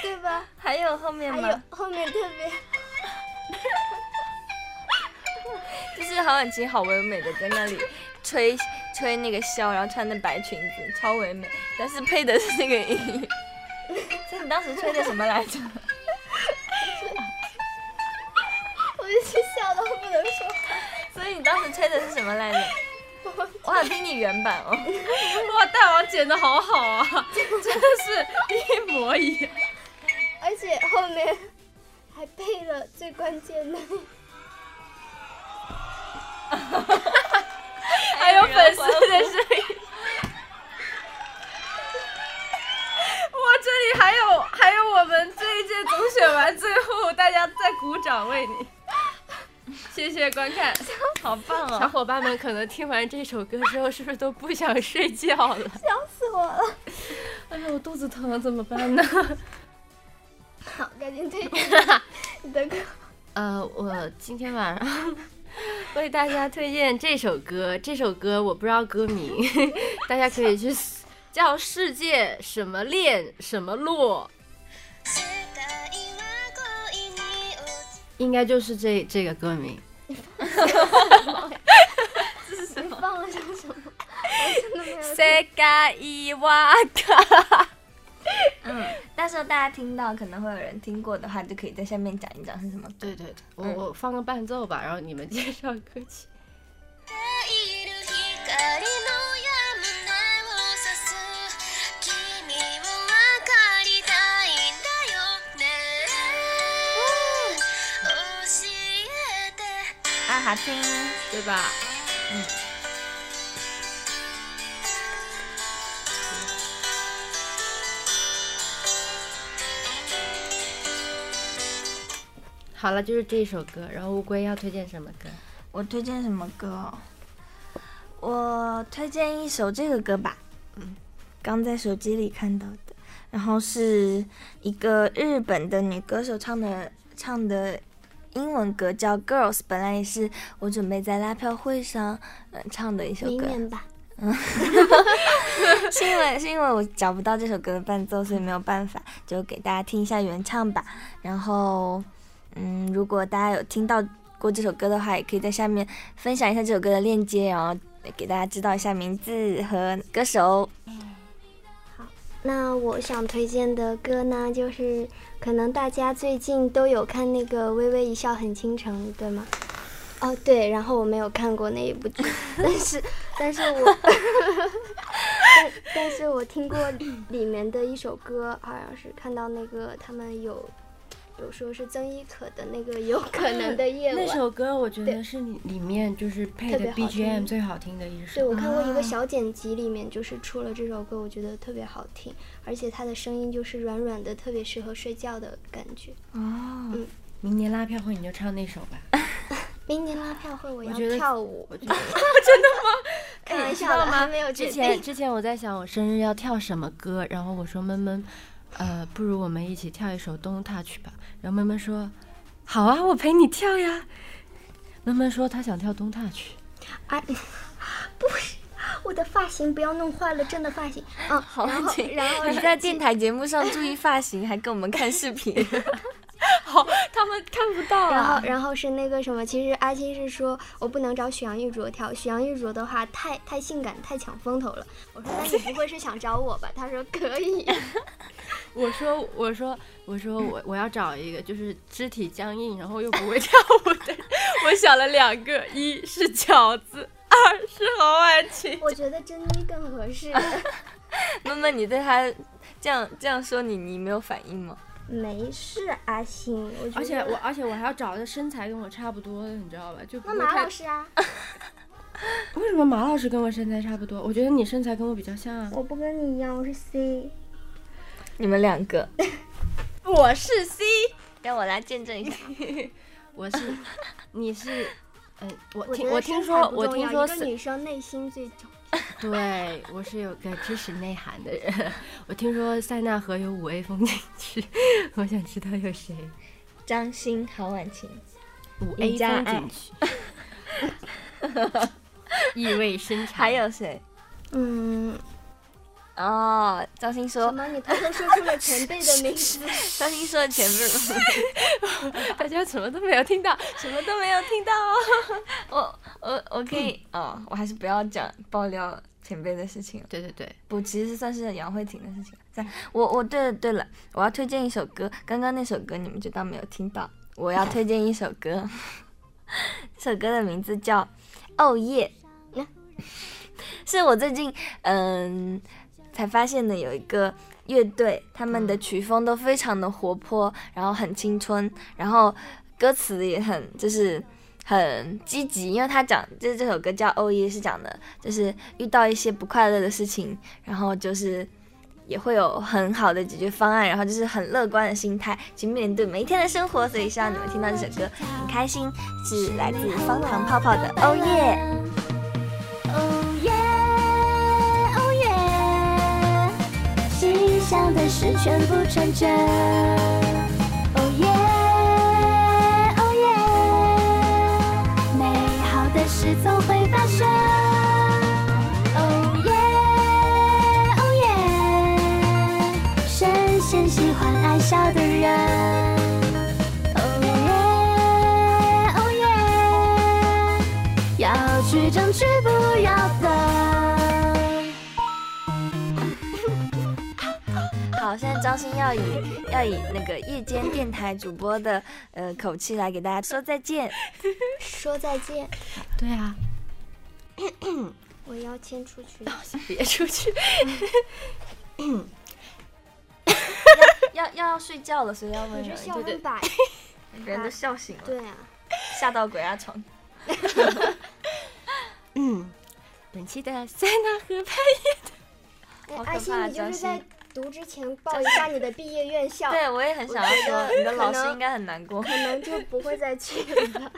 Speaker 3: 对吧？
Speaker 1: 还有后面
Speaker 3: 还有
Speaker 1: 吗？
Speaker 3: 后面特别，
Speaker 1: 就是郝婉晴好唯美的在那里吹吹那个箫，然后穿的白裙子，超唯美，但是配的是那个音。 所以你当时吹的什么来着？
Speaker 3: 我已经笑到不能说话。
Speaker 1: 所以你当时吹的是什么来着？
Speaker 3: 我
Speaker 1: 我想听你原版 哦。
Speaker 2: 哇，大王剪的好好啊，真的是一模一样。
Speaker 3: 而且后面还配了最关键的，
Speaker 1: 哎
Speaker 2: 还有哎粉丝的声音。哇，这里还有还有我们这一届总选完最后，大家在鼓掌为你，谢谢观 看。
Speaker 1: 好棒
Speaker 2: 小
Speaker 1: 哦！
Speaker 2: 伙伴们可能听完这首歌之后，是不是都不想睡觉了？
Speaker 3: 笑死我了。
Speaker 2: 哎呀，我肚子疼了，怎么办呢？
Speaker 3: 好，赶紧 推荐你的歌。
Speaker 2: 呃，我今天晚上 为大家推荐这首歌，这首歌我不知道歌名， 大家可以去搜叫《世界什么恋什么落》，应该就是这这个歌名。
Speaker 3: 你放了首什么？我真的没有。
Speaker 2: 世界伊哇卡，
Speaker 1: 嗯，到时候大家听到，可能会有人听过的话，就可以在下面讲一讲是什么歌。
Speaker 2: 对对对，我我放个伴奏吧，然后你们介绍歌曲。
Speaker 1: 啊，好听。
Speaker 2: 对吧？
Speaker 3: 嗯
Speaker 2: 嗯。好了，就是这首歌。然后乌龟要推荐什么歌？
Speaker 1: 我推荐什么歌哦？我推荐一首这个歌吧，嗯，刚在手机里看到的，然后是一个日本的女歌手唱的唱的英文歌，叫《Girls》，本来也是我准备在拉票会上嗯、呃唱的一首
Speaker 3: 明
Speaker 1: 歌，
Speaker 3: 年吧，
Speaker 1: 是因为是因为我找不到这首歌的伴奏，所以没有办法，就给大家听一下原唱吧。然后，嗯，如果大家有听到过这首歌的话，也可以在下面分享一下这首歌的链接，然后给大家知道一下名字和歌手。
Speaker 3: 那我想推荐的歌呢，就是可能大家最近都有看那个《微微一笑很倾城》，对吗？哦，对，然后我没有看过那一部剧， 但是，但是我，但但是我听过里面的一首歌，好像是看到那个他们有，有说是曾轶可的那个有可能的夜 晚
Speaker 2: 那，首歌我觉得
Speaker 3: 对
Speaker 2: 是你里面就是配
Speaker 3: 特
Speaker 2: 的
Speaker 3: 别好听
Speaker 2: BGM 最好听的一
Speaker 3: 对，
Speaker 2: 首
Speaker 3: 我。看过一
Speaker 1: 啊
Speaker 3: 个小剪辑，里面就是出了这首歌，我觉得特别好听，而且它的声音就是软软的，特别适合睡觉的感觉。
Speaker 1: 哦，
Speaker 2: 明年拉票会你就唱那首吧。
Speaker 3: 明年拉票会我要
Speaker 2: 觉得
Speaker 3: 跳舞，
Speaker 2: 我觉得
Speaker 3: 开玩
Speaker 2: 哎你知
Speaker 3: 笑
Speaker 2: 道
Speaker 3: 的，
Speaker 2: 吗
Speaker 3: 还没有决
Speaker 2: 之
Speaker 3: 定
Speaker 2: 前。之前我在想我生日要跳什么歌，然后我说闷闷，呃，不如我们一起跳一首《Don't Touch》吧。然后闷闷说，好啊，我陪你跳呀。闷闷说她想跳东大去，
Speaker 3: 哎， 不是，我的发型不要弄坏了，真的发型啊。
Speaker 1: 好
Speaker 3: 然后
Speaker 1: 请
Speaker 3: 然后
Speaker 1: 你在电台节目上注意发型，还给我们看视频，
Speaker 2: 好，他们看不到啊
Speaker 3: 然后，然后是那个什么，其实阿七是说我不能找许阳玉卓跳，许阳玉卓的话太太性感，太抢风头了。我说那你不会是想找我吧？他说可以。
Speaker 2: 我说我说我说我我要找一个就是肢体僵硬，然后又不会跳舞的。 我想了两个，一是饺子，二是侯婉晴。
Speaker 3: 我觉得珍妮更 合适。
Speaker 1: 闷闷，你对他这样这样说你，你没有反应吗？
Speaker 3: 没事，阿星，我觉得
Speaker 2: 而且我而且我还要找一个身材跟我差不多的，你知道吧？就不
Speaker 3: 那
Speaker 2: 会
Speaker 3: 马
Speaker 2: 太
Speaker 3: 老师啊，
Speaker 2: 为什么马老师跟我身材差不多？我觉得你身材跟我比较像啊。
Speaker 3: 我不跟你一样，我是 C。
Speaker 1: 你们两个，
Speaker 2: 我是 C，
Speaker 1: 让我来见证一下。
Speaker 2: 我是你是，嗯、我
Speaker 3: 我
Speaker 2: 听
Speaker 3: 觉得
Speaker 2: 我听
Speaker 3: 身
Speaker 2: 说
Speaker 3: 材不
Speaker 2: 我
Speaker 3: 重
Speaker 2: 听
Speaker 3: 要
Speaker 2: 说
Speaker 3: 一
Speaker 2: 是
Speaker 3: 个女生内心最重要。
Speaker 2: 对，我是有个知识内涵的人。 我听说塞纳河有五 A 风景区， 我想知道有谁
Speaker 1: 张欣、郝婉晴，
Speaker 2: 五
Speaker 1: 尹
Speaker 2: A
Speaker 1: 家
Speaker 2: 风
Speaker 1: 爱
Speaker 2: 景区， 意味深长。
Speaker 1: 还有谁？
Speaker 3: 嗯，
Speaker 1: 哦，张欣
Speaker 3: 什
Speaker 1: 说，
Speaker 3: 么？你偷偷说出了前辈的 名字？
Speaker 1: 张欣说的前辈
Speaker 2: 大家什么都没有听到，
Speaker 1: 什么都没有听到哦。 我我我可以，哦，我还是不要讲爆料前辈的事情了。
Speaker 2: 对对对，
Speaker 1: 不，其实算是杨慧婷的事情。在我我对了对了，我要推荐一首歌，刚刚那首歌你们就当没有听到。我要推荐一首歌， 这首歌的名字叫《哦耶》，是我最近嗯才发现的有一个乐队，他们的曲风都非常的活泼，然后很青春，然后歌词也很就是。很积极，因为他讲就是这首歌叫《哦耶》，是讲的，就是遇到一些不快乐的事情，然后就是也会有很好的解决方案，然后就是很乐观的心态去面对每一天的生活，所以希望你们听到这首歌很开心，是来自方糖泡泡的《哦耶》。
Speaker 4: 哦耶，哦耶，心想的事全部成真。哦耶，哦耶，美好的事总会发生。哦耶，哦耶，深陷喜欢爱笑的人。哦耶，哦耶。要去争取不要等。
Speaker 1: 好，现在张欣要以要以那个夜间电台主播的呃口气来给大家说再见。
Speaker 3: 说再见，
Speaker 2: 对啊，
Speaker 3: 我要迁出去。
Speaker 2: 别出去。
Speaker 1: 要要要睡觉了，所以要温
Speaker 3: 你
Speaker 1: 柔
Speaker 3: 是
Speaker 1: 一
Speaker 3: 校
Speaker 1: 点。
Speaker 3: 恩吧？
Speaker 1: 人都笑醒了，
Speaker 3: 对啊，
Speaker 1: 吓到鬼压床。
Speaker 2: 嗯，本期的塞纳河畔
Speaker 3: 哎
Speaker 1: 好可
Speaker 3: 阿星
Speaker 2: 啊
Speaker 1: 怕，
Speaker 3: 你就
Speaker 1: 张
Speaker 3: 是
Speaker 1: 欣
Speaker 3: 在读之前报一下你的毕业院 校，
Speaker 2: 啊
Speaker 1: 对，我也很想要
Speaker 3: 我觉
Speaker 1: 说，
Speaker 3: 得
Speaker 1: 你的老
Speaker 3: 可
Speaker 1: 师
Speaker 3: 能
Speaker 1: 应该很难过。
Speaker 3: 可能就不会再去了。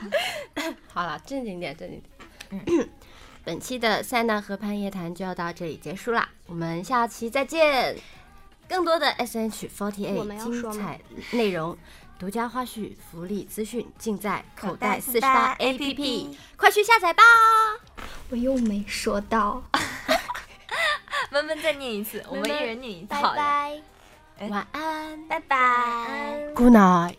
Speaker 2: 好了，正经点，正经点。本期的塞纳河畔夜谈就要到这里结束啦，我们下期再见。更多的 SH48
Speaker 3: 我们要
Speaker 2: 精
Speaker 3: 说吗
Speaker 2: 彩内容、独家花絮、福利资讯，尽在口袋四
Speaker 1: 口
Speaker 2: 十八
Speaker 1: 袋
Speaker 2: APP，快去下载吧！
Speaker 3: 我又没说到，
Speaker 1: 闷闷再念一次，我们
Speaker 3: 闷
Speaker 1: 一
Speaker 3: 闷
Speaker 1: 人念一次。
Speaker 3: 拜
Speaker 1: 好的
Speaker 3: 拜，
Speaker 1: 哎
Speaker 2: 晚安
Speaker 1: 拜拜。
Speaker 2: ，Good night。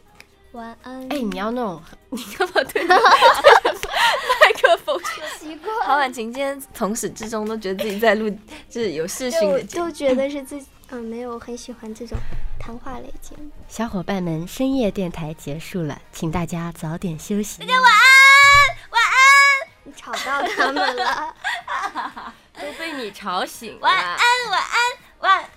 Speaker 3: 晚安。
Speaker 2: 哎，你要那种，你干嘛对着麦克风说？
Speaker 3: 习惯
Speaker 2: 啊
Speaker 1: 郝婉晴今天从始至终都觉得自己在录，就是有视讯
Speaker 3: 就
Speaker 1: 的节目
Speaker 3: 就觉得是自己，嗯，没有，我很喜欢这种谈话类节目。
Speaker 2: 小伙伴们，深夜电台结束了，请大家早点休息。
Speaker 3: 你吵到他们了。
Speaker 2: 都被你吵醒了。晚安，晚安，晚安。